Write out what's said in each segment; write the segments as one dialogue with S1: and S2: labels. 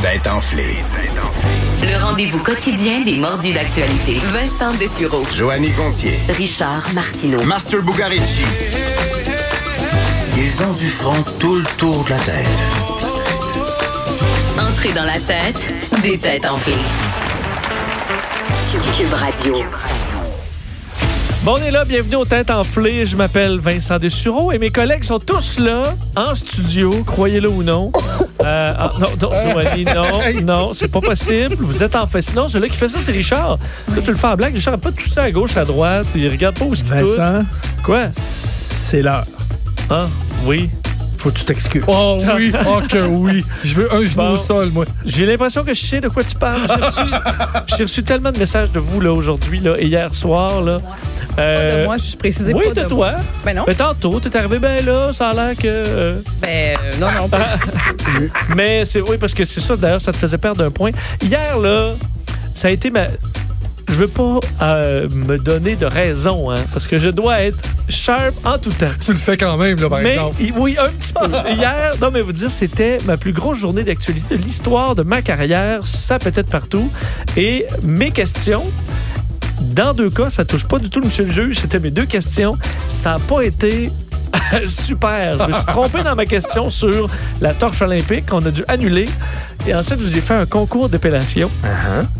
S1: tête enflée.
S2: Le rendez-vous quotidien des mordus d'actualité. Vincent Dessureau.
S1: Joanny Gontier.
S2: Richard Martineau.
S1: Master Bugarici. Ils ont du front tout le tour de la tête.
S2: Entrée dans la tête des têtes enflées. Cube, Cube Radio.
S3: Bon, on est là, bienvenue aux Têtes Enflées. Je m'appelle Vincent Dessureau et mes collègues sont tous là, en studio, croyez-le ou non. Euh, ah, non, non, Joanie, non, non, c'est pas possible. Vous êtes en fait. Sinon, celui qui fait ça, c'est Richard. Là, tu le fais en blague. Richard n'a pas toussé à gauche, à droite. Il regarde pas où ce qu'il tousse.
S4: Vincent,
S3: Quoi?
S4: c'est l'heure.
S3: Ah, oui.
S4: Faut que tu t'excuses.
S5: Oh oui, oh que oui. Je veux un genou
S3: Bon.
S5: au sol, moi.
S3: J'ai l'impression que je sais de quoi tu parles. J'ai reçu, j'ai reçu tellement de messages de vous, là, aujourd'hui, là, et hier soir, là.
S6: Pas de
S3: Euh,
S6: moi, je précisais
S3: oui,
S6: pas
S3: de,
S6: de
S3: toi.
S6: Ben non.
S3: Mais tantôt, t'es arrivé, ben là, ça a l'air que. euh,
S6: Ben, euh, non, non,
S3: Ah,
S6: pas.
S3: Mais c'est oui, parce que c'est ça, d'ailleurs, ça te faisait perdre un point. Hier, là, ça a été ma. Je veux pas euh, me donner de raison, hein, parce que je dois être sharp en tout temps.
S5: Tu le fais quand même, là, par
S3: Mais
S5: exemple.
S3: i- oui, un petit peu. Hier, non, mais vous dire, c'était ma plus grosse journée d'actualité de l'histoire de ma carrière. Ça peut être partout. Et mes questions, dans deux cas, ça touche pas du tout le monsieur le juge. C'était mes deux questions. Ça n'a pas été super. Je me suis trompé dans ma question sur la torche olympique qu'on a dû annuler. Et ensuite, je vous ai fait un concours d'épellation.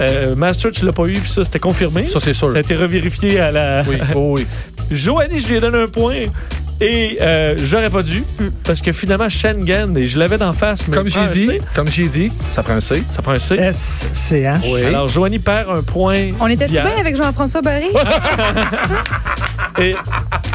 S3: Euh, Master, tu l'as pas eu, puis ça, c'était confirmé.
S5: Ça, c'est sûr.
S3: Ça a été revérifié à la.
S5: Oui, oh, oui.
S3: Joanie, je lui ai donné un point. Et euh, j'aurais pas dû,
S6: Mm.
S3: parce que finalement, Schengen, et je l'avais d'en face, mais
S5: Comme
S3: il prend
S5: j'ai
S3: un
S5: dit,
S3: C.
S5: comme j'ai dit, ça prend un C.
S3: Ça prend un C.
S4: S-C-H.
S5: Oui.
S3: Alors, Joanie perd un point.
S6: On était
S3: d'hier.
S6: bien avec Jean-François Barry?
S3: Et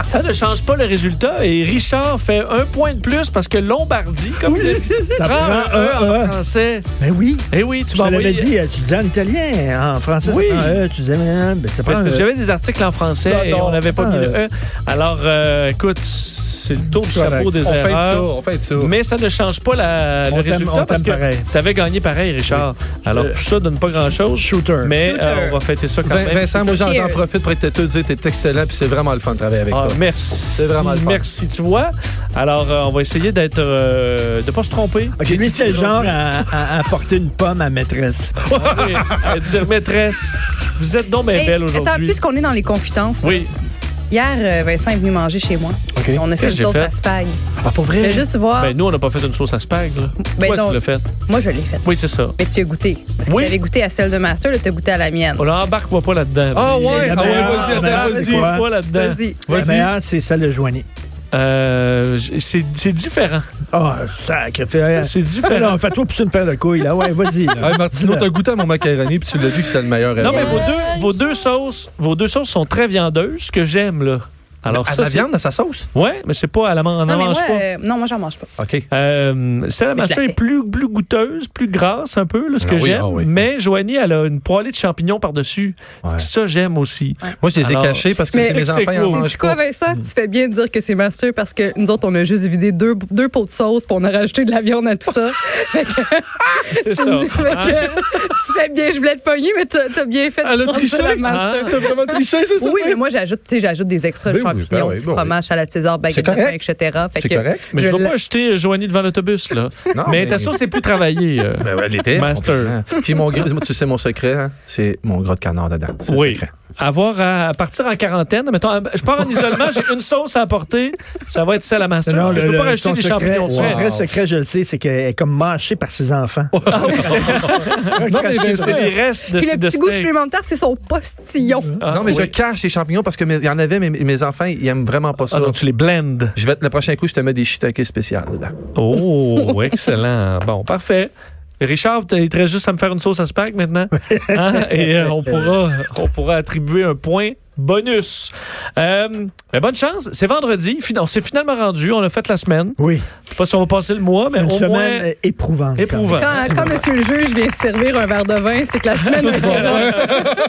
S3: ça ne change pas le résultat. Et Richard fait un point de plus parce que Lombardie, comme il a dit,
S4: Ça
S3: prend un
S4: prend un
S3: E en
S4: E.
S3: français.
S4: Ben oui.
S3: Eh oui, tu
S4: Je te
S3: m'as
S4: l'avais
S3: envoyé.
S4: dit, euh, tu disais en italien, en français,
S3: Oui.
S4: ça prend un E, tu disais, euh, ben, ça prend
S3: Parce
S4: un
S3: que
S4: E.
S3: j'avais des articles en français
S4: Non,
S3: et
S4: non,
S3: on n'avait pas
S4: prends
S3: mis
S4: un
S3: le E. Alors, euh, écoute, c'est le tour du
S5: Correct.
S3: chapeau des
S5: on fait ça,
S3: erreurs.
S5: on fait ça.
S3: Mais ça ne change pas la- le
S4: On t'aime-
S3: résultat
S4: on
S3: parce que
S4: t'aime pareil.
S3: tu avais gagné pareil, Richard. Alors, tout ça donne pas grand-chose.
S4: Shooter.
S3: Mais
S6: Shooter.
S3: euh, on va fêter ça quand
S5: Vin-
S3: même.
S5: Vincent, moi, j'en j'en
S6: Cheers.
S5: profite pour te te dire, t'es excellent, puis c'est vraiment le fun de travailler avec
S3: Ah,
S5: toi.
S3: merci.
S5: C'est vraiment le fun.
S3: Merci, tu vois. Alors, euh, on va essayer d'être euh, de pas se tromper.
S4: Ok, lui, c'est le genre à, à- à porter une pomme à maîtresse.
S3: Oui, à euh, dire maîtresse, vous êtes donc bien
S6: Hey,
S3: belle
S6: attends,
S3: aujourd'hui.
S6: puisqu'on est dans les confidences,
S3: Oui,
S6: hier, euh, Vincent est venu manger chez moi.
S5: OK.
S6: On a fait
S3: Qu'est-ce
S6: une
S3: que
S6: sauce
S3: j'ai fait?
S6: à spag.
S5: Ah, pour
S6: Je
S5: vrai?
S6: veux juste voir.
S3: ben nous on n'a pas fait une sauce à spag. Là.
S6: Ben
S3: Toi
S6: non.
S3: tu l'as faite.
S6: Moi, je l'ai faite.
S3: Oui c'est ça.
S6: Mais tu as goûté. Parce que
S3: Oui.
S6: tu avais goûté à celle de Master, là, tu as goûté à la mienne.
S3: On embarque-moi pas là-dedans.
S5: Ah,
S3: Vas-y.
S5: ouais,
S4: La
S5: ah, ouais,
S4: meilleure,
S5: vas-y,
S4: la
S5: attends,
S4: meilleure,
S5: vas-y.
S4: c'est quoi?
S3: Embarque-moi là-dedans.
S6: Vas-y.
S4: La meilleure, c'est celle de Joanie.
S3: Euh, j- c'est c'est différent.
S4: Ah, sacré. fait-
S5: Euh,
S3: C'est
S4: Ah,
S3: différent.
S4: non, fais-toi pousser une paire de couilles, là. Ouais, vas-y. là.
S5: Hey, Martino,
S4: Dis-le.
S5: t'as goûté à mon macaroni, puis tu l'as dit que c'était le meilleur.
S3: Non, mais
S5: ever.
S3: vos
S6: Euh,
S3: deux, vos deux sauces, vos deux sauces sont très viandeuses que j'aime là. Alors
S5: à
S3: ça,
S5: la
S3: c'est-
S5: viande, à sa sauce?
S3: Ouais, mais c'est pas à la man- on
S6: Non,
S3: n'en
S6: mais
S3: mange
S6: moi,
S3: pas.
S6: euh, non, moi, j'en mange pas.
S5: OK.
S3: Euh, celle à
S6: Mais je
S3: Martin
S6: la
S3: est
S6: fais.
S3: plus, plus goûteuse, plus grasse un peu, là, ce
S5: Ah
S3: que
S5: oui,
S3: j'aime.
S5: ah oui.
S3: Mais Joanie, elle a une poêlée de champignons par-dessus.
S5: Ouais.
S3: Ça, j'aime aussi.
S5: Moi, je les ai
S3: Alors,
S5: cachés parce que
S6: mais-
S5: c'est mes
S3: C'est
S5: enfants, ils en
S3: cool.
S5: mangent
S6: C'est quoi,
S5: pas.
S6: Vincent? Tu fais bien de dire que c'est Master parce que nous autres, on a juste vidé deux, deux pots de sauce puis on a rajouté de la viande à tout ça. Fait que-
S3: C'est ça. Hein?
S6: Fait que, tu fais bien, je voulais te pogner, mais t'as t'as bien fait. de
S5: Elle a
S6: prendre
S5: triché.
S6: la master.
S3: Ah,
S5: T'as vraiment triché, c'est ça?
S6: Oui, mais moi, j'ajoute, tu sais, j'ajoute des extras de
S5: Ben oui, ben
S6: champignons,
S5: oui,
S6: du
S5: ben oui.
S6: fromage, salade César, baguette de
S5: C'est
S6: pain,
S5: correct.
S6: etc. Fait
S5: C'est
S6: que
S5: correct.
S3: Mais je ne vais
S6: la-
S3: pas acheter Joanie devant l'autobus, là.
S5: Non,
S3: mais ta sauce, c'est plus travaillé. euh.
S5: Ben ouais, elle était.
S3: Master.
S5: complètement. Puis mon gros- moi, tu sais mon secret, hein? c'est mon gros de canard dedans. C'est le
S3: Oui.
S5: secret.
S3: Avoir à à partir en quarantaine, mettons, euh, je pars en isolement, j'ai une sauce à apporter, ça va être celle à master. parce que je peux pas rajouter
S4: ton
S3: des
S4: secret,
S3: champignons
S4: Son
S3: frais.
S4: vrai secret, je le sais, c'est qu'elle est comme mâchée par ses enfants.
S3: Ah oui, c'est-
S5: Non, mais
S4: Craché
S3: c'est les restes de
S6: Puis
S3: ces
S6: le
S3: de
S6: petit goût
S3: steak.
S6: supplémentaire, c'est son postillon.
S3: Ah,
S5: non, mais je
S3: oui.
S5: cache les champignons parce que mes- il y en avait, mais mes, mes enfants, ils aiment vraiment pas ça.
S3: Ah, donc tu les blends.
S5: je vais te- le prochain coup, je te mets des shiitake spéciales dedans.
S3: Oh, excellent. Bon, parfait. Richard, t'as- il te reste juste à me faire une sauce à spag maintenant. Hein? Et euh, on, pourra, on pourra attribuer un point bonus. Euh, ben, bonne chance. C'est vendredi. Fin- On s'est finalement rendu. On l'a fait la semaine.
S4: Oui,
S3: Je sais pas si on va passer le mois, mais
S4: c'est une
S3: au
S4: semaine
S3: moins.
S4: euh, éprouvante.
S3: Éprouvant.
S6: Quand, quand monsieur le juge vient servir un verre de vin, c'est que la semaine est bonne.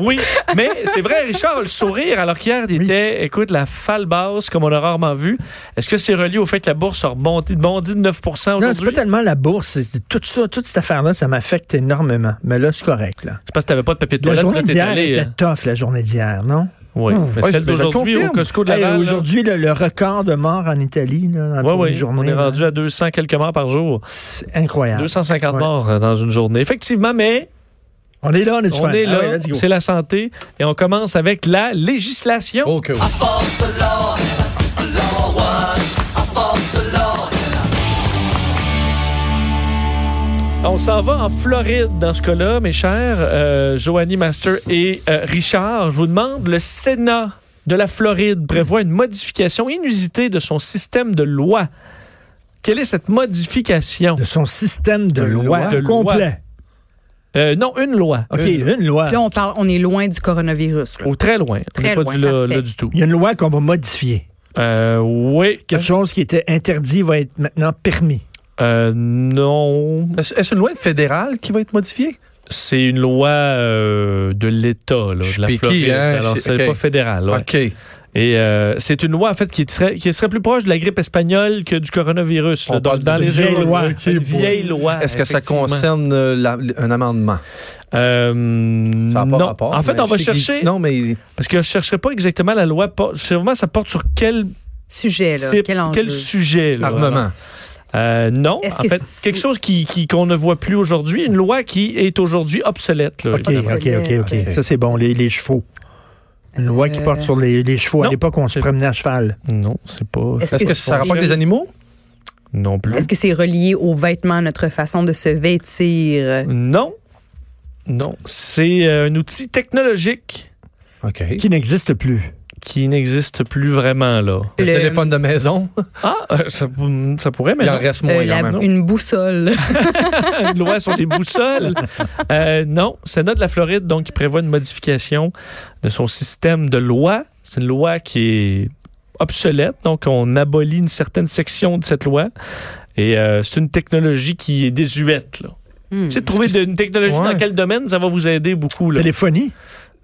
S3: Oui, mais c'est vrai, Richard, le sourire, alors qu'hier, il était, écoute, la falle basse, comme on a rarement vu. Est-ce que c'est relié au fait que la bourse a rebondi, bondi de 9
S4: Non, c'est pas
S3: aujourd'hui?
S4: tellement la bourse, c'est- c'est tout ça, toute cette affaire-là, ça m'affecte énormément. Mais là, c'est correct. Là.
S3: C'est parce que t'avais pas de papier de
S4: La
S3: toilette.
S4: journée
S3: là, t'es
S4: d'hier
S3: allé,
S4: était Hmm.
S3: euh,
S4: tough, la journée d'hier, non?
S3: Oui. Mais
S5: Ouais,
S3: celle
S5: mais je
S3: d'aujourd'hui au
S5: confirme.
S3: Costco de
S4: Hey,
S3: Laval. là,
S4: Aujourd'hui, le, le record de morts en Italie, là, dans
S3: Ouais,
S4: une
S3: ouais,
S4: journée. euh,
S3: on est
S4: là,
S3: rendu à 200 quelques morts par jour.
S4: C'est incroyable.
S3: 250
S4: Ouais.
S3: morts euh, dans une journée. Effectivement, mais
S4: On est là, on est du
S3: on
S4: fun.
S3: est
S4: Ah
S3: là,
S4: ouais, let's go.
S3: c'est la santé, et on commence avec la législation.
S5: Oh, que oui.
S3: On s'en va en Floride dans ce cas-là, mes chers euh, Joanie Master et euh, Richard. Je vous demande, le Sénat de la Floride prévoit une modification inusitée de son système de loi. Quelle est cette modification?
S4: De son système de,
S5: De
S4: loi,
S5: loi.
S3: De
S4: complet.
S3: Euh, non, une loi.
S4: OK, une, loi.
S6: Puis Là, on, parle, on est loin du coronavirus. là.
S3: Ou très loin. On
S6: Très
S3: n'est pas
S6: loin,
S3: du là,
S6: parfait.
S3: là du tout.
S4: Il y a une loi qu'on va modifier.
S3: Euh, oui.
S4: Quelque chose qui était interdit va être maintenant permis.
S3: Euh, non.
S5: Est-ce est-ce une loi fédérale qui va être modifiée?
S3: C'est une loi euh, de l'État, là,
S5: Je
S3: de
S5: suis
S3: la
S5: piqué,
S3: Floride.
S5: hein, je
S3: Alors,
S5: suis-
S3: c'est
S5: ok.
S3: pas fédéral. ouais.
S5: OK.
S3: Et euh, c'est une loi, en fait, qui serait, qui serait plus proche de la grippe espagnole que du coronavirus. là,
S5: On
S3: dans,
S5: parle
S3: dans
S5: d'une
S3: les
S4: vieille
S3: urnes,
S4: loi.
S3: là, Une vieille loi.
S5: Est-ce que ça
S3: effectivement.
S5: concerne euh, la- un amendement?
S3: Euh,
S5: Ça n'a pas
S3: non.
S5: rapport.
S3: en fait,
S5: mais
S3: on va
S5: je sais qu'il
S3: chercher.
S5: dit Non, mais
S3: Parce que je ne chercherai pas exactement la loi. por- Sûrement, ça porte sur quel,
S6: Sujet, là.
S3: type,
S6: Quel enjeu.
S3: quel sujet. là, vraiment.
S5: l'armement.
S3: Euh, non,
S6: Est-ce
S3: en
S6: que
S3: fait,
S6: c'est-
S3: quelque chose qui, qui- qu'on ne voit plus aujourd'hui, une loi qui est aujourd'hui obsolète. là,
S4: OK,
S3: évidemment.
S4: OK, OK, OK.
S5: Ok.
S4: Ça, c'est bon, les, les chevaux. Une loi
S6: Euh,
S4: qui porte sur les, les chevaux.
S3: non.
S4: À l'époque, on se
S3: C'est-
S4: promenait à cheval.
S3: Non, c'est pas.
S6: Est-ce
S5: Est-ce
S6: que
S5: que
S6: c'est
S5: ça rapporte
S6: sujet-
S5: des animaux?
S3: Non plus.
S6: Est-ce que c'est relié aux vêtements, notre façon de se vêtir? euh,
S3: Non. Non. C'est euh, un outil technologique
S5: OK.
S4: Qui n'existe plus.
S3: qui n'existe plus vraiment, là.
S5: Le
S6: Le-
S5: téléphone de maison,
S3: Ah, euh, ça, pou- ça pourrait, mais
S5: il en
S3: non.
S5: reste
S6: euh,
S5: moins
S6: la-
S5: quand même.
S6: une boussole.
S3: une loi sur les boussoles. Euh, non, Sénat de la Floride, donc, qui prévoit une modification de son système de loi. C'est une loi qui est obsolète, donc on abolit une certaine section de cette loi. Et euh, c'est une technologie qui est désuète. Là.
S6: Hmm.
S3: Tu sais, trouver de- une technologie
S5: Ouais.
S3: dans quel domaine, ça va vous aider beaucoup. Là.
S4: Téléphonie,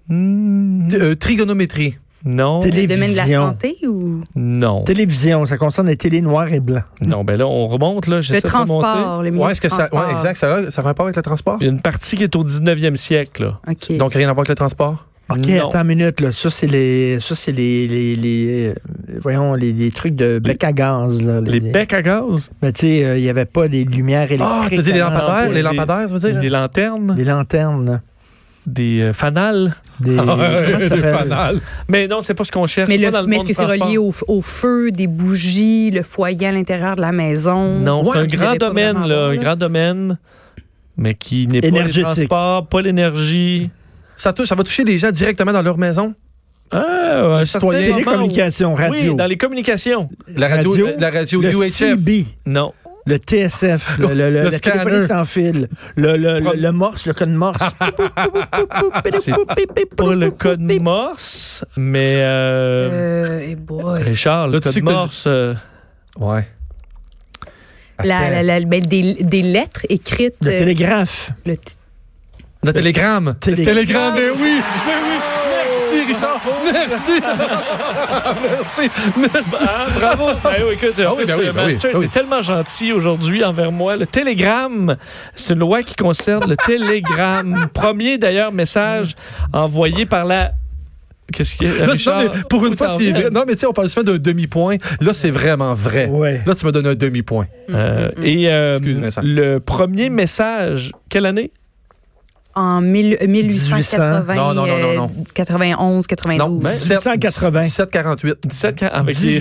S3: Hmm,
S5: T- euh, trigonométrie.
S3: non,
S6: Le domaine de la
S4: télévision.
S6: santé ou
S3: non,
S4: Télévision, ça concerne les télé noires et blancs.
S3: non. Ben là, on remonte. Là,
S6: le
S3: j'essaie de remonter.
S6: transport? Le milieu
S5: Ouais, est-ce que
S6: du
S5: ça.
S6: transport.
S5: Ouais, exact. Ça a, ça a rapport avec le transport?
S3: Il y a une partie qui est au 19e siècle. Là.
S6: OK.
S5: Donc, rien à voir avec le transport?
S4: OK,
S3: Non.
S4: attends une minute. Là. Ça, c'est les, ça, c'est les, les, les, euh, voyons, les, les trucs de bec à gaz. Là,
S3: Les becs à gaz,
S4: Mais tu sais, euh, il n'y avait pas des lumières électriques.
S5: Ah, tu veux dire les
S4: dans-
S5: lampadaires?
S3: les-
S5: Les lampadaires, tu veux
S3: des
S5: dire?
S3: lanternes,
S4: Des lanternes. là.
S3: des euh, fanales.
S4: Des, comment ça s'appelle?
S3: Mais non, c'est pas ce qu'on cherche.
S6: Mais,
S3: pas
S6: le-
S3: dans le
S6: mais
S3: monde
S6: est-ce que
S3: du
S6: c'est
S3: transport.
S6: relié au, au feu, des bougies, le foyer à l'intérieur de la maison?
S3: Non, c'est
S6: Ouais,
S3: un
S6: qui
S3: grand
S6: devait pas
S3: domaine,
S6: vraiment
S3: là,
S6: avoir,
S3: un grand domaine, mais qui n'est pas les
S4: Énergétique.
S3: transports, pas l'énergie.
S5: Ça, touche- ça va toucher les gens directement dans leur maison?
S3: Ah, un certain
S5: citoyen.
S3: moment où-
S4: Télécommunications, radio.
S3: Oui, dans les communications.
S5: La radio,
S4: Radio,
S5: euh, la radio
S4: le
S5: UHF.
S4: CB,
S3: Non.
S4: le TSF, le, le, le-
S5: Le
S4: la
S5: scanner.
S4: téléphonie sans fil, le, le, le,
S3: Prom-
S4: le morse, le code morse.
S3: C'est pas le code Morse, mais
S6: là.
S3: euh,
S6: Euh, eh boy.
S3: Richard, le
S5: Là, tu
S3: code
S5: sais que-
S3: Morse. euh,
S5: Ouais.
S6: La- la- la- ben, des, des lettres écrites.
S4: le
S6: euh,
S4: télégraphe.
S6: le t-
S5: Le télégramme.
S4: Télé-
S5: Télégramme, mais oui, mais oui. Merci, Richard. Merci. Merci. Merci.
S3: Ah, bravo! Ben oui, écoute, en
S5: Ah oui,
S3: plus,
S5: ben oui, ben
S3: Master
S5: oui, ben
S3: était
S5: oui.
S3: tellement gentil aujourd'hui envers moi. Le télégramme, c'est une loi qui concerne le télégramme. Premier, d'ailleurs, message envoyé par la... Qu'est-ce qu'il y a,
S5: Là,
S3: Richard?
S5: non, mais pour une fois, c'est vrai. Non, mais tu sais, on parle souvent d'un demi-point. Là, c'est vraiment vrai.
S4: Ouais.
S5: Là, tu me donnes un demi-point.
S3: Euh, et euh,
S5: Excuse, Vincent.
S3: le premier message, quelle année?
S6: en mille- 1880,
S5: Non, non, non, non, non.
S6: euh,
S4: Ben
S6: 91, 92.
S5: Non,
S4: 1780.
S5: 1748.
S3: 17 quand- avec les- avec un-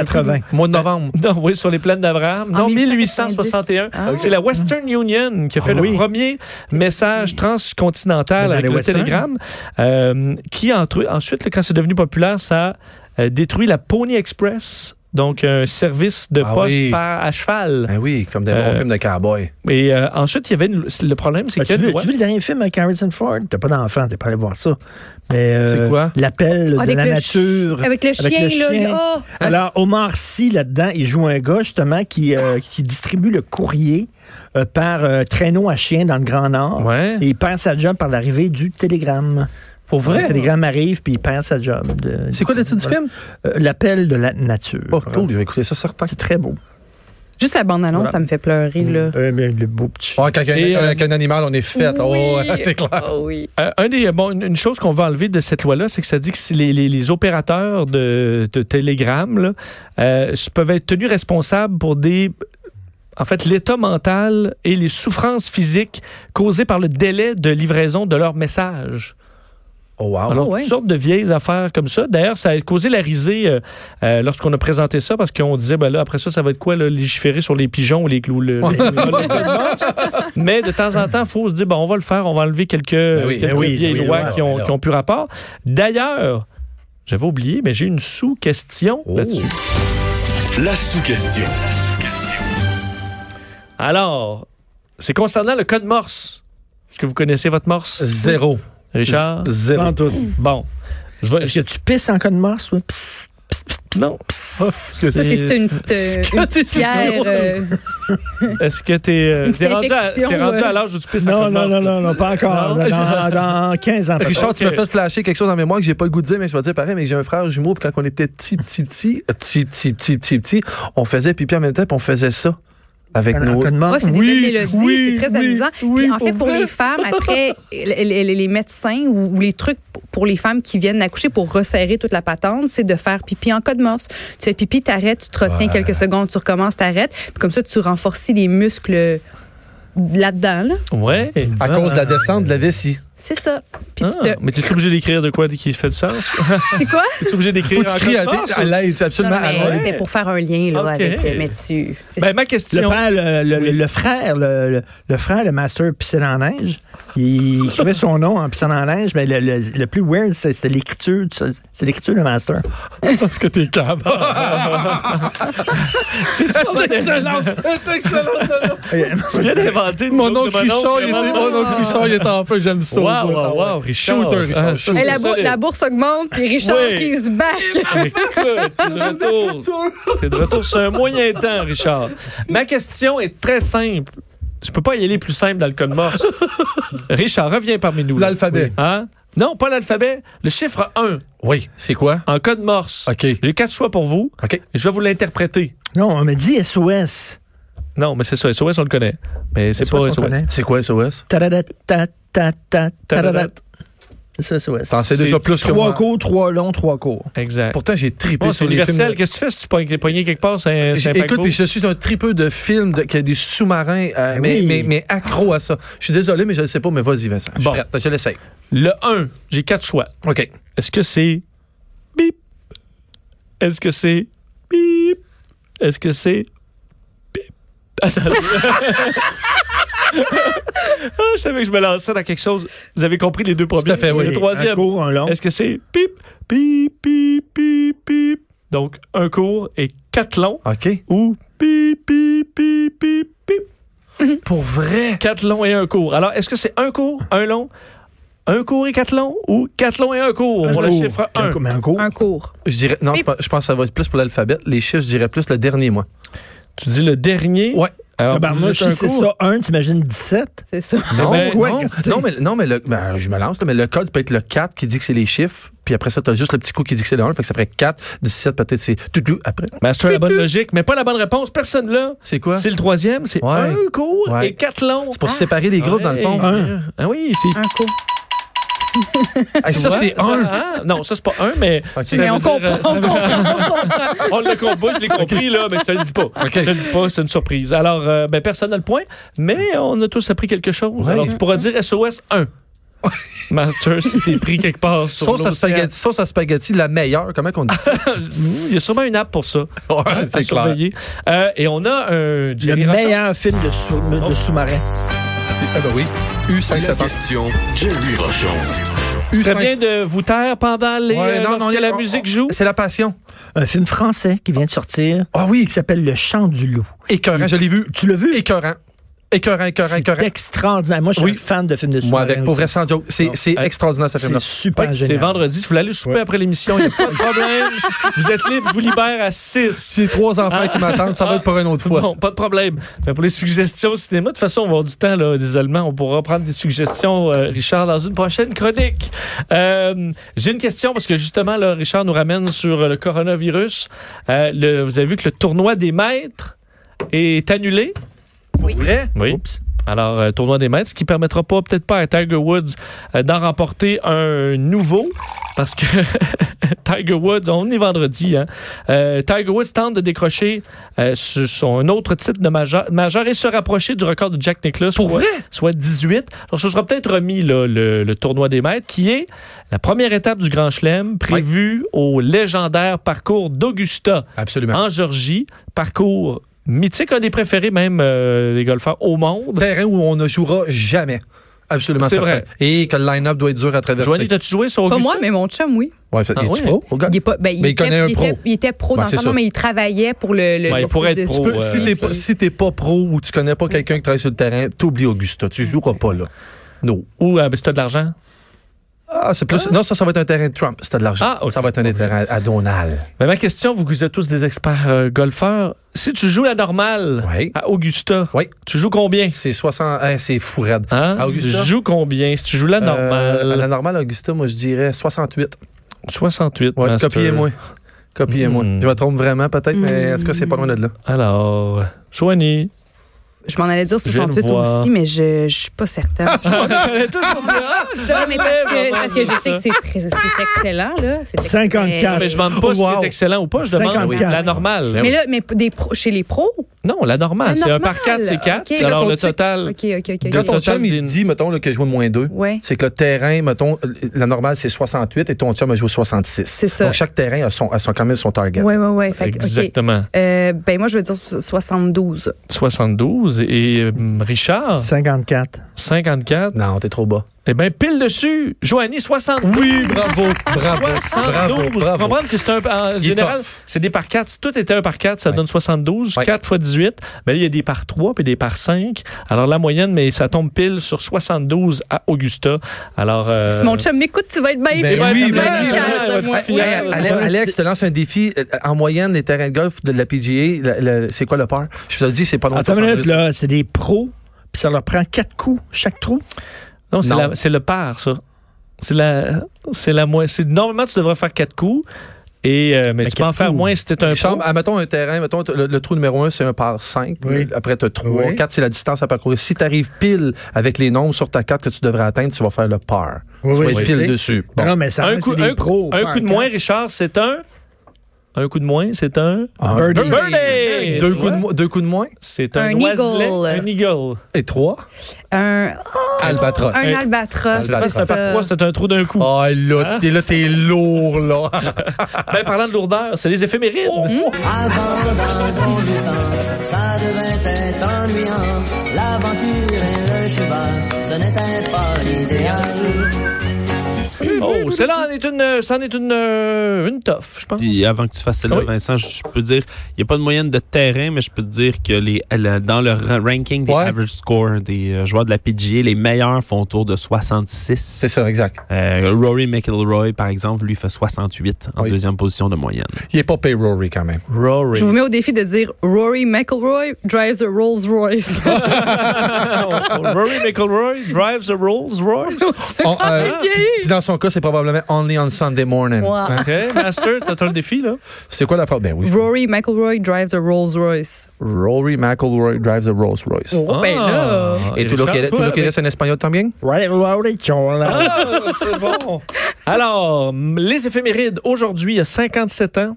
S4: 1880.
S5: Mois de novembre.
S3: non, oui, sur les plaines d'Abraham.
S6: En
S3: Non,
S6: 1890.
S3: 1861.
S6: Ah.
S3: C'est la Western Union qui a fait
S4: Ah oui.
S3: le premier message transcontinental
S4: Dans
S3: avec
S4: les
S3: le
S4: Western.
S3: télégramme, euh, qui entre- ensuite, là, quand c'est devenu populaire, ça a euh, détruit la Pony Express, donc un service de
S5: Ah
S3: poste
S5: oui.
S3: par, à cheval.
S5: Ben oui, comme des bons
S3: Euh,
S5: films de cowboy.
S3: Et euh, ensuite, il y avait une- le problème, c'est
S4: Ah,
S3: que...
S4: tu, veux, tu veux le dernier film avec Harrison Ford? T'as pas d'enfant, t'es pas allé voir ça. Mais euh,
S5: C'est quoi? Ah,
S4: L'appel de
S6: Ah, Avec
S4: la
S6: le ch-
S4: nature.
S6: avec le chien, là, il- oh!
S4: Alors, Omar Sy, là-dedans, il joue un gars, justement, qui, euh, qui distribue le courrier euh, par euh, traîneau à chien dans le Grand Nord.
S3: Ouais.
S4: Et il perd sa job par l'arrivée du télégramme.
S5: Pour
S4: Le télégramme arrive, puis il perd sa job. de-
S5: C'est quoi le titre du film?
S4: Euh, L'appel de la nature.
S5: Oh, cool, je vais écouter ça certain.
S4: C'est très beau.
S6: Juste la bande-annonce,
S4: Voilà.
S6: ça me fait pleurer, là.
S4: Euh, mais le beau petit.
S5: Oh, quand il y
S3: Et,
S5: a
S3: euh,
S5: un- qu'un animal, on est fait. Oh,
S6: Oui.
S5: c'est clair.
S6: Ah oui.
S3: Euh, un des, bon, une- une chose qu'on va enlever de cette loi-là, c'est que ça dit que si les, les- les opérateurs de, de Telegram là, euh, s- peuvent être tenus responsables pour des... En fait, l'état mental et les souffrances physiques causées par le délai de livraison de leurs messages.
S5: Oh, wow.
S3: Alors,
S6: Ah ouais.
S3: toutes sortes de vieilles affaires comme ça. D'ailleurs, ça a causé la risée euh, euh, lorsqu'on a présenté ça, parce qu'on disait, ben là, après ça, ça va être quoi, là, légiférer sur les pigeons ou les clous? le- le- le- le- Mais de temps en temps, il faut se dire, ben, on va le faire, on va enlever quelques,
S5: oui,
S3: quelques
S4: ben oui,
S3: vieilles
S4: oui,
S3: lois
S4: oui,
S3: qui, ont,
S5: oui,
S3: qui ont plus rapport. D'ailleurs, j'avais oublié, mais j'ai une sous-question
S5: Oh.
S3: là-dessus.
S1: La sous-question.
S3: Alors, c'est concernant le code Morse. Est-ce que vous connaissez votre Morse,
S5: Zéro.
S3: Richard?
S5: Zéro.
S4: Sans doute.
S3: Bon. Je vais-
S4: Est-ce que tu pisses en cas de morse? toi? Psst.
S3: Non.
S6: Ça, c'est une petite, euh, une
S3: C'est-
S6: petite pierre. euh,
S3: Est-ce que t'es euh,
S6: Une
S3: t'es rendu, à-
S6: infection,
S3: t'es rendu
S6: euh.
S3: à l'âge où tu pisses en
S4: Non,
S3: code
S4: non,
S3: Morse,
S4: non,
S3: là?
S4: non, non, pas encore.
S3: Non.
S4: Dans, dans 15 ans. peut-être.
S5: Richard, tu
S3: Ok.
S5: m'as fait flasher quelque chose en mémoire que j'ai pas le goût de dire, mais je vais dire pareil, mais j'ai un frère jumeau, puis quand on était petit, petit, petit, euh, petit, petit, petit, petit, petit, on faisait pipi en même temps, puis on faisait ça avec
S4: En- en
S5: nos...
S4: cas de morse?
S6: Moi, c'est
S5: Hein? Oui,
S6: des belles mélodies,
S5: oui,
S6: c'est très
S5: oui,
S6: amusant. Puis
S5: oui,
S6: en fait,
S5: pour
S6: pour
S5: vrai.
S6: les femmes, après, les, les- les médecins ou, ou les trucs pour- pour les femmes qui viennent accoucher pour resserrer toute la patente, c'est de faire pipi en cas de morse. Tu fais pipi, t'arrêtes, tu te retiens quelques secondes, tu recommences, t'arrêtes. Puis comme ça, tu renforces les muscles là-dedans, là.
S3: Ouais.
S5: À cause de la descente de la vessie.
S6: C'est ça. Puis
S3: Ah,
S6: tu te...
S3: Mais t'es obligé d'écrire de quoi qui fait du sens?
S6: C'est quoi?
S3: T'es obligé d'écrire
S5: Faut que tu
S3: en
S5: cries
S3: code
S5: à
S3: Morse?
S5: à l'aide, c'est
S6: Non,
S5: absolument
S6: non,
S5: à
S6: mais
S5: l'aide.
S6: c'était pour faire un lien, là,
S3: Ok.
S6: avec... euh, Mais tu... c'est-
S3: Ben, ma
S4: Le
S3: question.
S4: père, le, le- le- le frère, le, le- le frère, le master piscine en neige, il écrivait son nom en piscine en neige, mais le, le- le plus weird, c'est- c'était l'écriture, de ce- c'est l'écriture le master.
S3: Est-ce que t'es capable? C'est
S5: Excellent! Excellent!
S3: Tu viens d'inventer une
S5: Mon
S3: joke
S5: oncle
S3: de
S5: Richard, il
S3: vraiment
S5: était,
S3: drôle.
S5: mon oncle Richard, il était en feu, j'aime ça.
S3: Wow, wow, wow, Richard.
S5: Shooter,
S3: Ah,
S5: Richard.
S3: ça,
S5: shooter.
S6: Eh, la,
S3: c'est
S6: bou-
S3: solide.
S6: la bourse augmente, puis Richard
S3: Ouais.
S6: qui se back.
S3: Écoute, t'es de retour. T'es de retour sur un moyen temps, Richard. Ma question est très simple. Je peux pas y aller plus simple dans le code morse. Richard, reviens parmi nous. là.
S5: L'alphabet.
S3: Hein? Non, pas l'alphabet. Le chiffre 1
S5: Oui, c'est quoi?
S3: en code morse.
S5: OK.
S3: J'ai quatre choix pour vous.
S5: OK.
S3: Et Je vais vous l'interpréter.
S4: Non, on me dit SOS.
S3: Non, mais c'est ça. SOS, on le connaît. Mais c'est pas
S4: SOS, on
S3: SOS.
S4: connaît.
S5: C'est quoi SOS?
S4: Ta-da-da-ta-ta-ta, ta-da-da. C'est SOS.
S5: T'en sais
S3: C'est
S5: déjà plus que
S4: Trois
S5: moi.
S4: cours, trois longs, trois cours.
S3: Exact.
S5: Pourtant, j'ai tripé
S3: Bon, c'est
S5: sur les films.
S3: universel. Qu'est-ce que tu fais si tu pognes- t'es pogné quelque part? C'est un, c'est un
S5: Écoute,
S3: paquebot?
S5: puis je suis un tripeux de films de, qui a des sous-marins, euh,
S4: Ben
S5: mais,
S4: oui.
S5: mais, mais accro à ça. Je suis désolé, mais je ne sais pas, mais vas-y, Vincent. Je, suis
S3: Bon.
S5: prête. je l'essaye.
S3: Le 1, j'ai quatre choix.
S5: OK.
S3: Est-ce que c'est bip? Est-ce que c'est bip? Est-ce que c'est bip? Attends. Ah, je savais que je me lançais dans quelque chose. Vous avez compris les deux premiers.
S5: à fait, oui.
S3: Le
S5: Un
S4: Un
S3: troisième.
S4: cours, un long.
S3: Est-ce que c'est pip, pip, pip, pip, pip? Donc, un court et quatre longs.
S5: OK.
S3: Ou pip, pip, pip, pip, pip.
S5: Pour vrai?
S3: Quatre longs et un court. Alors, est-ce que c'est un court, un long, un court et quatre longs ou quatre longs et un court? Pour le
S4: cours.
S3: chiffre 1.
S4: cours, mais un cours.
S6: Un cours.
S5: Je dirais, non,
S6: Oui.
S5: je pense- je pense que ça va être plus pour l'alphabet. Les chiffres, je dirais plus le dernier, moi.
S3: Tu dis le dernier?
S5: Ouais.
S3: Alors,
S4: Ben,
S3: vous
S4: moi,
S3: dites
S4: si
S3: un
S4: c'est
S3: court.
S4: ça, un, t'imagines 17?
S6: C'est ça.
S5: Non,
S3: ben,
S5: non,
S4: ouais,
S5: Ah non,
S4: qu'est-ce que
S5: mais, non, mais le, ben, je me lance, là, mais le code peut être le 4 qui dit que c'est les chiffres, puis après ça, tu as juste le petit coup qui dit que c'est le 1, fait que ça ferait 4, 17, peut-être c'est tout, tout, après.
S3: Master, la bonne logique, mais pas la bonne réponse. Personne là.
S5: C'est quoi?
S3: C'est
S5: C'est
S3: le troisième, c'est
S5: Ouais.
S3: un court
S5: Ouais.
S3: et quatre longs.
S5: pour séparer les groupes, dans le fond.
S3: Un. Ah oui, c'est.
S6: Un cours.
S5: Hey, ça, c'est 1.
S3: hein? Non, ça, c'est pas un, mais. ça
S6: Mais
S3: veut
S6: on
S3: dire,
S6: comprend,
S3: euh, ça
S6: on
S3: veut-
S6: comprend,
S3: On le comprend, je l'ai compris, là, mais je te le dis pas. Je te le dis pas, c'est une surprise. Alors, euh, ben, personne n'a le point, mais on a tous appris quelque chose.
S5: Ouais.
S3: Alors, tu pourras dire SOS 1. Master, si t'es pris quelque part sur
S5: Sauce à,
S3: l'océan. Hmm,
S5: spaghetti, sauce à spaghetti, la meilleure, comment qu'on dit ça?
S3: Il y a sûrement une app pour ça.
S5: Ouais,
S3: Hein, à surveiller. Euh, et on a un
S4: Le
S3: Jerry Robson.
S4: meilleur film de sous- de sous-marin.
S5: Ah ben oui.
S1: La
S5: U570.
S1: question Jerry Rochon.
S3: Ce serait bien de vous taire pendant les, euh, lorsque la musique joue.
S5: C'est la passion.
S4: Un film français qui vient de sortir.
S5: Ah oui.
S4: qui s'appelle Le Chant du Loup.
S5: Écœurant, je l'ai vu.
S4: Tu l'as vu?
S5: Écœurant. Écœurant, écœurant,
S4: C'est
S5: écœurant.
S4: extraordinaire. Moi, je suis
S5: Oui.
S4: un fan de films de
S5: Moi,
S4: sous-marins
S5: avec, pour
S4: aussi.
S5: vrai, sans joke. C'est c'est
S3: Hey.
S5: extraordinaire, cette film-là.
S4: C'est super
S3: C'est
S4: génial.
S3: vendredi. Si vous voulez aller souper
S4: Ouais.
S3: après l'émission, il n'y a pas de problème. vous êtes libre, je vous libère à 6.
S5: J'ai trois enfants qui m'attendent, ça va être pour une autre fois.
S3: Ah. Bon, pas de problème. Mais pour les suggestions cinéma, de toute façon, on va avoir du temps, là, d'isolement. On pourra prendre des suggestions, euh, Richard, dans une prochaine chronique. Euh, J'ai une question parce que justement, là, Richard nous ramène sur euh, le coronavirus. Euh, le- vous avez vu que le tournoi des maîtres est annulé. Pour
S6: Oui.
S3: vrai?
S7: Oui.
S3: Oups. Alors, euh, tournoi des maîtres, ce qui permettra pas, peut-être pas à Tiger Woods euh, d'en remporter un nouveau, parce que Tiger Woods, on est vendredi, hein? Euh, Tiger Woods tente de décrocher euh, sur son autre titre de majeur, majeur et se rapprocher du record de Jack Nicklaus. Pour soit, soit 18. Donc, ce sera peut-être remis, là, le, le tournoi des maîtres, qui est la première étape du Grand Chelem, prévue au légendaire parcours d'Augusta
S5: Absolument.
S3: en Georgie. Parcours mythique, un des préférés même euh, des golfeurs au monde.
S5: Terrain où on ne jouera jamais. Absolument
S3: C'est
S5: certain.
S3: vrai.
S5: Et que le line-up doit être dur à traverser.
S3: Joanie, as-tu joué sur
S6: Pas
S3: Augusta?
S6: moi, mais mon chum, oui.
S5: Ouais, fait-
S3: Ah
S5: es-tu
S3: oui?
S5: pro? Oh, au gars?
S6: Il, est pas, ben,
S5: Mais il
S6: était-
S5: connaît un pro.
S6: Était, il était pro
S5: Ben,
S6: dans
S5: c'est
S6: son
S5: ça.
S6: nom, mais il travaillait pour le. le
S3: Ouais, il
S6: espèce
S3: pourrait être
S6: de
S3: pro,
S5: Tu peux-
S3: ouais.
S5: si t'es pas,
S6: Puis-
S5: si t'es pas pro ou tu connais pas quelqu'un qui travaille sur le terrain, t'oublies Augusta. Tu joueras pas là. Non.
S3: Ou euh, ben, si t'as de l'argent?
S5: Ah, c'est plus. Non, ça, ça va être un terrain de Trump. C'est de l'argent.
S3: Ah, ok.
S5: Ça va être un terrain à Donald.
S3: Mais ma question, vous vous êtes tous des experts euh, golfeurs, si tu joues la normale
S5: Oui.
S3: à Augusta,
S5: Oui.
S3: tu joues combien?
S5: C'est 60. hein, c'est fou, raide.
S3: Hein?
S5: À Augusta?
S3: Tu joues combien? Si tu joues la normale,
S5: Euh, à la normale, Augusta, moi, je dirais 68.
S3: 68.
S5: Ouais,
S3: master.
S5: copiez-moi. Copiez-moi.
S3: Hmm.
S5: Je me trompe vraiment, peut-être,
S6: Hmm.
S5: mais en tout cas, c'est pas loin de là.
S3: Alors, Joanie.
S6: Je m'en allais dire
S3: Je viens de
S6: 68
S3: voir.
S6: aussi, mais je je suis pas certaine. Je
S3: On est tous pour dire, ah,
S6: Non, mais parce que, parce que je sais que
S3: ça.
S6: c'est très- c'est excellent, là. C'est excellent.
S4: 54.
S3: Mais je demande pas si
S5: Wow. Ben
S3: c'est excellent ou pas, je demande
S4: 54.
S3: la normale.
S6: Mais là, mais des pros- chez les pros,
S3: non, la normale,
S6: La
S3: c'est un
S6: normale.
S3: par 4, c'est 4.
S6: Ok.
S3: Alors le
S6: Quand on
S3: total,
S6: OK, OK, OK.
S5: Quand
S3: Quand
S6: ok.
S5: ton
S3: ton
S5: chum,
S3: chum
S5: il
S3: dit-
S5: dit, mettons, là, que je joue moins 2,
S6: Ouais.
S5: c'est que le terrain, mettons, la normale, c'est 68 et ton chum a joué 66.
S6: C'est ça.
S5: Donc, chaque terrain a, son, a son- quand même son target.
S6: Ouais, ouais, ouais. Fait que, ok.
S3: exactement,
S6: Euh, ben, moi, je veux dire so- 72.
S3: 72. Et euh, Richard,
S4: 54.
S3: 54.
S5: Non, t'es trop bas.
S3: Eh bien, pile dessus, Joanie, 72.
S5: Oui, bravo, bravo,
S3: 72.
S5: bravo,
S3: Vous
S5: bravo.
S3: comprenez que c'est un. En
S5: Il
S3: général,
S5: toffe.
S3: c'est des par 4. Si tout était un par 4, ça
S5: Ouais.
S3: donne 72.
S5: Ouais.
S3: 4 fois 18. Mais là, il y a des par 3 puis des par 5. Alors, la moyenne, mais ça tombe pile sur 72 à Augusta. Alors. euh,
S6: Si mon chum m'écoute, tu vas être bien
S5: Ben
S6: fier
S5: oui,
S6: de moi,
S5: ben
S3: ben
S6: fier de
S5: oui,
S3: oui,
S6: moi.
S3: votre
S5: Hey,
S3: fière.
S5: Alex, Alex, je te lance un défi. Euh, En moyenne, les terrains de golf de la PGA, le- le- c'est quoi le par? Je vous ai dit, c'est pas loin de
S4: Attends une minute,
S5: 70.
S4: là, c'est des pros, puis ça leur prend quatre coups chaque trou.
S3: Non, c'est
S5: Non.
S3: la- c'est le par, ça. C'est la. C'est la moyenne. c'est- Normalement, tu devrais faire 4 coups. Et, euh, mais,
S5: Ben,
S4: Mais
S3: tu peux en
S4: quatre
S3: faire
S4: coups.
S3: moins si t'es un pro.
S4: Oh.
S5: Chambre, ah, mettons un terrain, mettons t- le, le trou numéro 1, c'est un par 5.
S4: Oui.
S5: Après, tu as 3,
S4: Oui.
S5: 4, c'est la distance à parcourir. Si tu arrives pile avec les nombres sur ta carte que tu devrais atteindre, tu vas faire le par.
S4: Oui,
S5: tu
S4: oui,
S5: vas être
S4: je
S5: pile
S4: sais.
S5: dessus. Bon.
S4: Non, mais ça
S3: un
S4: reste
S3: coup,
S4: des
S3: un,
S4: pros.
S3: un coup de moins, Richard, c'est un. Un coup de moins, c'est un.
S5: Un
S4: birdie.
S3: Birdie!
S5: Deux
S3: Tu
S5: coups,
S3: vois?
S5: de, mo- deux coups de moins
S3: C'est un,
S6: Un
S3: oiselet,
S6: eagle.
S3: Un eagle.
S5: et trois.
S6: Un,
S5: Albatros.
S6: un albatros.
S5: Albatros.
S3: C'est un par trois, c'est un trou d'un coup.
S5: Ah,
S4: Hein?
S5: là, t'es là, t'es lourd, là.
S3: Ben, parlant de lourdeur, c'est les éphémérides.
S6: Oh.
S8: Avant
S6: Hmm?
S8: d'un bon du temps, ça devait être ennuyant. L'aventure et le cheval, ce n'était pas l'idéal.
S3: Oh, celle-là en est une, euh, c'en est une, euh, une toffe, je pense.
S7: Puis avant que tu fasses celle-là,
S3: Ah Oui.
S7: Vincent, je je peux te dire, il n'y a pas de moyenne de terrain, mais je peux te dire que les, la- dans le ra- ranking des
S5: Ouais.
S7: average score des euh, joueurs de la PGA, les meilleurs font autour de 66.
S5: C'est ça, exact.
S7: Euh, Rory McIlroy, par exemple, lui fait 68 en
S5: Oui.
S7: deuxième position de moyenne.
S5: Il est pas pay Rory quand même.
S3: Rory.
S6: Je vous mets au défi de dire Rory McIlroy drives a Rolls Royce.
S3: Oh, Rory McIlroy drives a Rolls Royce.
S5: On, euh,
S6: Ok.
S5: Puis dans son cas, c'est probablement Only on Sunday morning.
S6: Wow.
S5: Hein?
S3: OK, Master, t'as un défi, là.
S5: C'est quoi la phrase? Ben oui.
S6: Rory McIlroy drives a Rolls Royce.
S5: Rory McIlroy drives a Rolls Royce.
S6: Oh, ben là.
S3: Ah,
S5: Et tout lo
S3: Richard,
S5: que eres-
S3: toi,
S5: tú lo que
S3: avec-
S5: eres en espagnol también?
S4: Right, right, chola.
S3: Ah, c'est bon. Alors, m- les éphémérides, aujourd'hui, il y a 57 ans,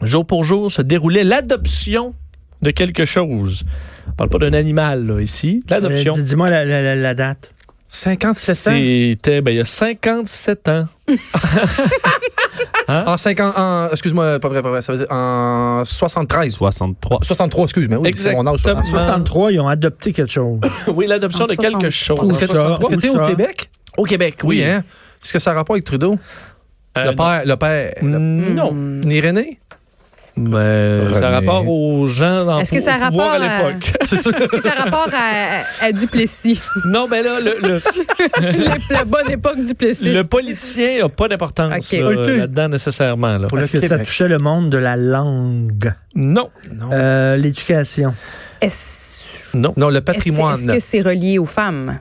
S3: jour pour jour, se déroulait l'adoption de quelque chose. On parle pas d'un animal, là, ici. L'adoption.
S4: Euh, Dis-moi la, la- la- la date.
S5: 57 ans.
S3: C'était, ben, il y a 57 ans.
S5: En 50, en, excuse-moi, pas vrai, pas vrai, ça veut dire en 73.
S7: 63.
S5: 63, excuse-moi. Oui, c'est mon âge, 63.
S3: Exactement.
S4: 63, Euh, ils ont adopté quelque chose.
S3: Oui, l'adoption
S6: En
S3: de quelque chose.
S4: Où
S5: Est-ce que-
S4: ça?
S5: Est-ce que
S4: Où
S5: t'es au
S4: ça?
S5: Québec?
S3: Au Québec,
S5: Oui, hein? Est-ce que ça a rapport avec Trudeau?
S3: Euh, Mm.
S5: le père, le père. le-
S3: Non. non.
S5: Ni René?
S3: Ben, ça a
S5: René.
S3: rapport aux gens dans
S6: Est-ce que ça a
S3: au pouvoir
S6: rapport
S3: à
S6: à-
S3: l'époque.
S5: C'est ça.
S6: Est-ce que ça a rapport à, à- à Duplessis?
S3: non, ben là, le, le,
S6: la, la bonne époque Duplessis.
S3: le politicien n'a pas d'importance
S6: Ok.
S3: là,
S4: Ok.
S3: là-dedans nécessairement. Là.
S4: Parce
S5: le
S4: que ça
S5: Québec.
S4: touchait le monde de la langue,
S3: Non.
S4: Euh, l'éducation.
S6: Est-ce
S5: Non, le
S6: est-ce- est-ce
S5: patrimoine.
S6: que c'est relié aux femmes?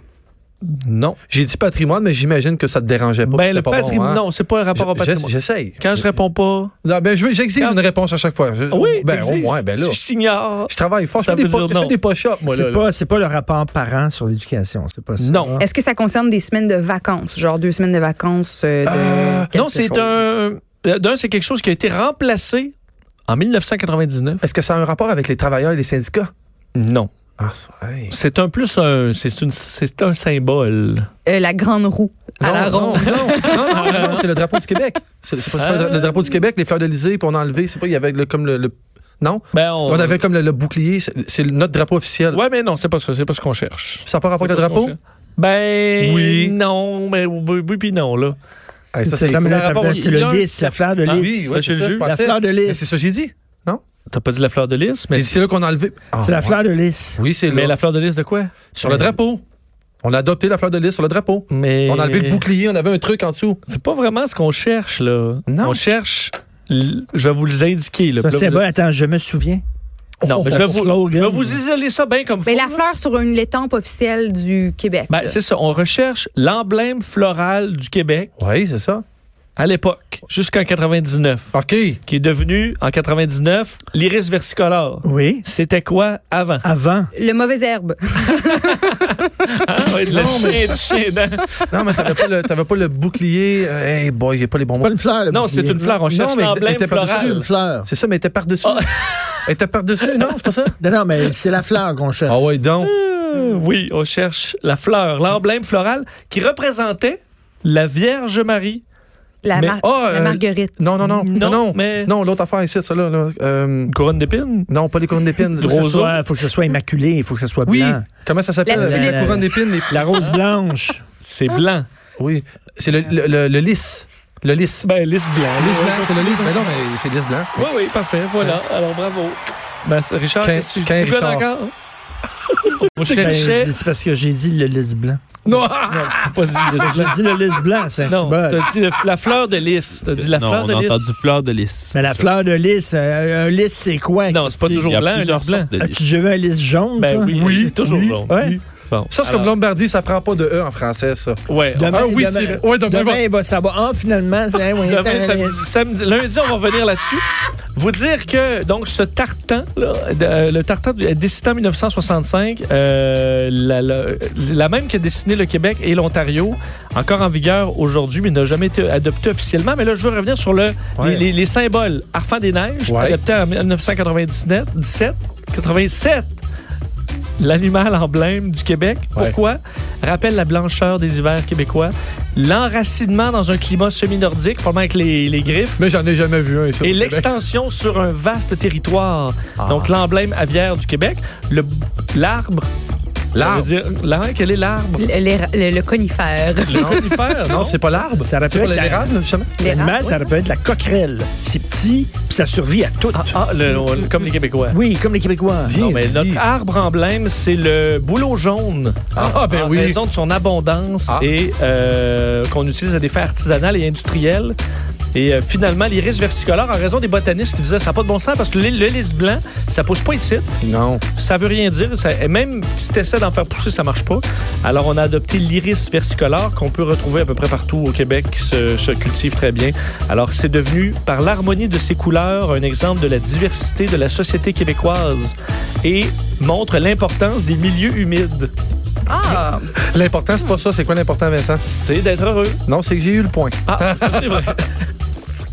S5: Non. J'ai dit patrimoine, mais j'imagine que ça te dérangeait pas.
S3: Ben,
S5: c'était
S3: le
S5: pas bon,
S3: patrimoine.
S5: hein?
S3: Non, c'est pas un rapport au
S5: Je-
S3: patrimoine.
S5: J'essaye.
S3: Quand je réponds pas.
S5: Non, ben, je veux- j'exige
S3: Quand-
S5: une réponse à chaque fois. Je-
S3: Ah oui,
S5: ben, au
S3: t'exiges.
S5: moins, ben là.
S3: Si je t'ignore.
S5: Je travaille fort.
S3: Ça
S5: je fais des
S3: veut dire
S5: po- je
S3: non.
S5: fais des push-ups, moi, là.
S4: C'est
S5: là.
S4: pas, c'est pas le rapport parent sur l'éducation, c'est pas ça.
S3: Non.
S6: Est-ce que ça concerne des semaines de vacances, genre deux semaines de vacances euh, de quelque
S3: Ah. Non, c'est
S6: chose?
S3: un. euh, D'un, c'est quelque chose qui a été remplacé en 1999.
S5: Est-ce que ça a un rapport avec les travailleurs et les syndicats?
S3: Non.
S5: Ah, ça- hey.
S3: C'est un plus un. C'est une- c'est un symbole.
S6: Euh, la grande roue à la
S5: Non,
S6: ronde.
S5: Non, non, non, non, non, c'est le drapeau du Québec. C'est c'est pas, c'est pas le dra- le drapeau du Québec, les fleurs d'Elysée, puis on a enlevé, c'est pas, il y avait le- comme le. le- non?
S3: Ben,
S5: On avait comme le, le bouclier, c'est c'est notre drapeau officiel.
S3: Ouais, mais non, c'est pas ça. C'est pas ce qu'on cherche.
S5: Ça n'a pas rapport
S3: C'est
S5: avec le
S3: pas ce
S5: drapeau?
S3: qu'on cherche. Ben.
S5: Oui.
S3: Non, mais oui, oui, puis non, là.
S5: Hey, ça,
S4: C'est comme
S3: ça
S4: le-
S3: rapporte-
S4: c'est le
S3: il y a-
S4: lys, la fleur de
S3: Ah
S4: lys.
S3: oui, ouais, c'est
S5: ça,
S3: le
S5: je
S3: jeu.
S5: pensais.
S4: La fleur de lys.
S5: Mais C'est ça que j'ai dit.
S3: T'as pas dit la fleur de lys, mais.
S5: Mais c'est là qu'on a enlevé. Ah,
S4: C'est la
S5: ouais.
S4: fleur de lys.
S5: Oui, c'est
S3: Mais
S5: là.
S3: la fleur de lys de quoi?
S5: Sur le drapeau. On a adopté la fleur de lys sur le drapeau.
S3: Mais.
S5: On a enlevé le bouclier, on avait un truc en dessous.
S3: C'est pas vraiment ce qu'on cherche, là.
S5: Non.
S3: On cherche. l- Je vais vous les indiquer, là.
S4: Ça,
S3: Puis là,
S4: c'est
S3: vous-
S4: bon, attends, je me souviens.
S3: Non,
S4: Oh,
S3: mais je
S4: ton
S3: vais, vous,
S4: slogan.
S3: je vais vous isoler ça bien comme
S6: Mais
S3: faut,
S6: la
S3: là.
S6: fleur sur une l'étampe officielle du Québec.
S3: Ben, c'est ça. On recherche l'emblème floral du Québec
S5: Oui, c'est ça.
S3: à l'époque, jusqu'en 99,
S5: OK.
S3: qui est devenu, en 99, l'iris versicolore.
S4: Oui.
S3: C'était quoi avant?
S4: Avant.
S6: le mauvais herbe.
S3: Ah, ouais, le chien, le chien, non.
S5: Non, mais t'avais pas, le- t'avais pas le bouclier. Euh, Hey boy, j'ai pas les bons mots.
S4: une fleur, le
S3: Non, c'est
S4: bouclier.
S3: une fleur. On cherche
S5: mais
S3: l'emblème
S5: t'étais pas
S3: floral.
S5: dessus,
S4: une fleur.
S5: C'est ça, mais elle était par-dessus. Elle était par-dessus, non, c'est pas ça?
S4: Non, non, mais c'est la fleur qu'on cherche.
S5: Ah ouais, donc.
S3: Euh, Oui, on cherche la fleur, l'emblème floral qui représentait la Vierge Marie.
S6: La,
S3: Mais- oh,
S6: mar-
S5: Ah,
S6: la
S5: euh,
S6: marguerite.
S5: Non, non, non.
S3: Non,
S5: Non, non.
S3: mais-
S5: Non, l'autre affaire ici, ça là. là, euh,
S3: Une couronne d'épines?
S5: non, pas les couronnes d'épines.
S3: Du
S5: Faut que ça
S3: roseau.
S5: soit-
S4: Il faut que ce soit immaculé, il faut que ce soit
S5: Oui.
S4: blanc.
S5: Comment ça s'appelle?
S6: La tulipe.
S5: couronne d'épines. les-
S4: La rose blanche.
S3: C'est blanc.
S5: Oui. C'est le, le, le, le lys. Le lys.
S3: Ben, lisse blanc.
S5: Le lys blanc, c'est le lys. Mais non, mais c'est lys blanc.
S3: Oui, oui, parfait. Voilà. Alors, bravo. Ben, c'est- Richard,
S5: Quin-
S3: qu'est-ce que tu
S5: quin
S3: tu
S5: Richard?
S3: encore? hein? On
S4: Ben,
S3: cherchait.
S4: c'est parce que j'ai dit le lys blanc. Ben,
S3: Non, t'as pas dit le
S4: J'ai dit le lys blanc, c'est
S3: Non,
S4: bon.
S3: t'as dit le- la fleur de lys. T'as dit la
S7: non,
S3: fleur
S7: on
S3: de
S7: a
S3: lys.
S7: entendu fleur de lys.
S4: Mais la fleur de lys, euh, un lys, c'est quoi?
S3: Non, c'est pas
S4: Christy?
S7: Il
S3: toujours
S7: y a
S3: blanc, un
S7: plusieurs
S3: lys blanc.
S7: sortes de
S4: As-tu
S7: lys.
S4: déjà vu un lys jaune?
S3: Ben
S4: toi?
S3: oui, oui, toujours jaune.
S4: Ouais.
S3: Oui. Bon,
S5: Ça, c'est
S3: alors,
S5: comme Lombardie, ça prend pas de E en français, ça.
S3: Ouais.
S4: Demain,
S5: Ah oui,
S4: demain-
S5: c'est vrai. Ouais, demain,
S4: demain,
S5: va-
S4: il va savoir. Ah, finalement, c'est hein, oui,
S3: Demain,
S4: t'as un
S3: samedi,
S4: lys.
S3: samedi- lundi, on va revenir là-dessus. Vous dire que donc ce tartan, là, de- euh, le tartan du- décidé en 1965, euh, la, la- la même qui a dessiné le Québec et l'Ontario, encore en vigueur aujourd'hui, mais n'a jamais été adopté officiellement. Mais là, je veux revenir sur le,
S5: Ouais.
S3: les, les- les symboles. Arfan des Neiges,
S5: Ouais.
S3: adopté en 1997, 17, 87. L'animal emblème du Québec.
S5: Ouais.
S3: Pourquoi? Rappelle la blancheur des hivers québécois. L'enracinement dans un climat semi-nordique, probablement avec les, les griffes.
S5: Mais j'en ai jamais vu un ici.
S3: Et
S5: au Québec. Ah.
S3: l'extension sur un vaste territoire. Donc, l'emblème aviaire du Québec. Le- L'arbre. Ça veut
S5: L'arbre.
S3: dire- là, quel est l'arbre?
S6: Le, le- le- le conifère.
S3: Le conifère,
S5: Non, c'est pas l'arbre.
S4: Ça
S5: C'est pas
S4: rappelle la-
S5: l'érable, justement.
S4: L'animal, ça peut être la coquerelle. C'est petit, puis ça survit à tout.
S3: Ah, ah, le- le- comme les Québécois.
S4: Oui, comme les Québécois.
S5: Bien
S3: Non, mais
S5: dit.
S3: notre arbre emblème, c'est le bouleau jaune.
S5: Ah, ah, ben
S3: en
S5: oui.
S3: raison de son abondance
S5: Ah.
S3: et euh, qu'on utilise à des fins artisanales et industrielles. Et euh, finalement, l'iris versicolore, en raison des botanistes qui disaient ça n'a pas de bon sens parce que le, le lys blanc, ça pousse pas ici.
S5: Non.
S3: Ça veut rien dire. Ça- et même si tu essaies d'en faire pousser, ça marche pas. Alors, on a adopté l'iris versicolore qu'on peut retrouver à peu près partout au Québec qui se, se cultive très bien. Alors, c'est devenu, par l'harmonie de ses couleurs, un exemple de la diversité de la société québécoise et montre l'importance des milieux humides.
S6: Ah,
S5: L'important, c'est pas ça. C'est quoi l'important, Vincent?
S3: C'est d'être heureux.
S5: Non, c'est que j'ai eu le point.
S3: Ah, ça, c'est vrai.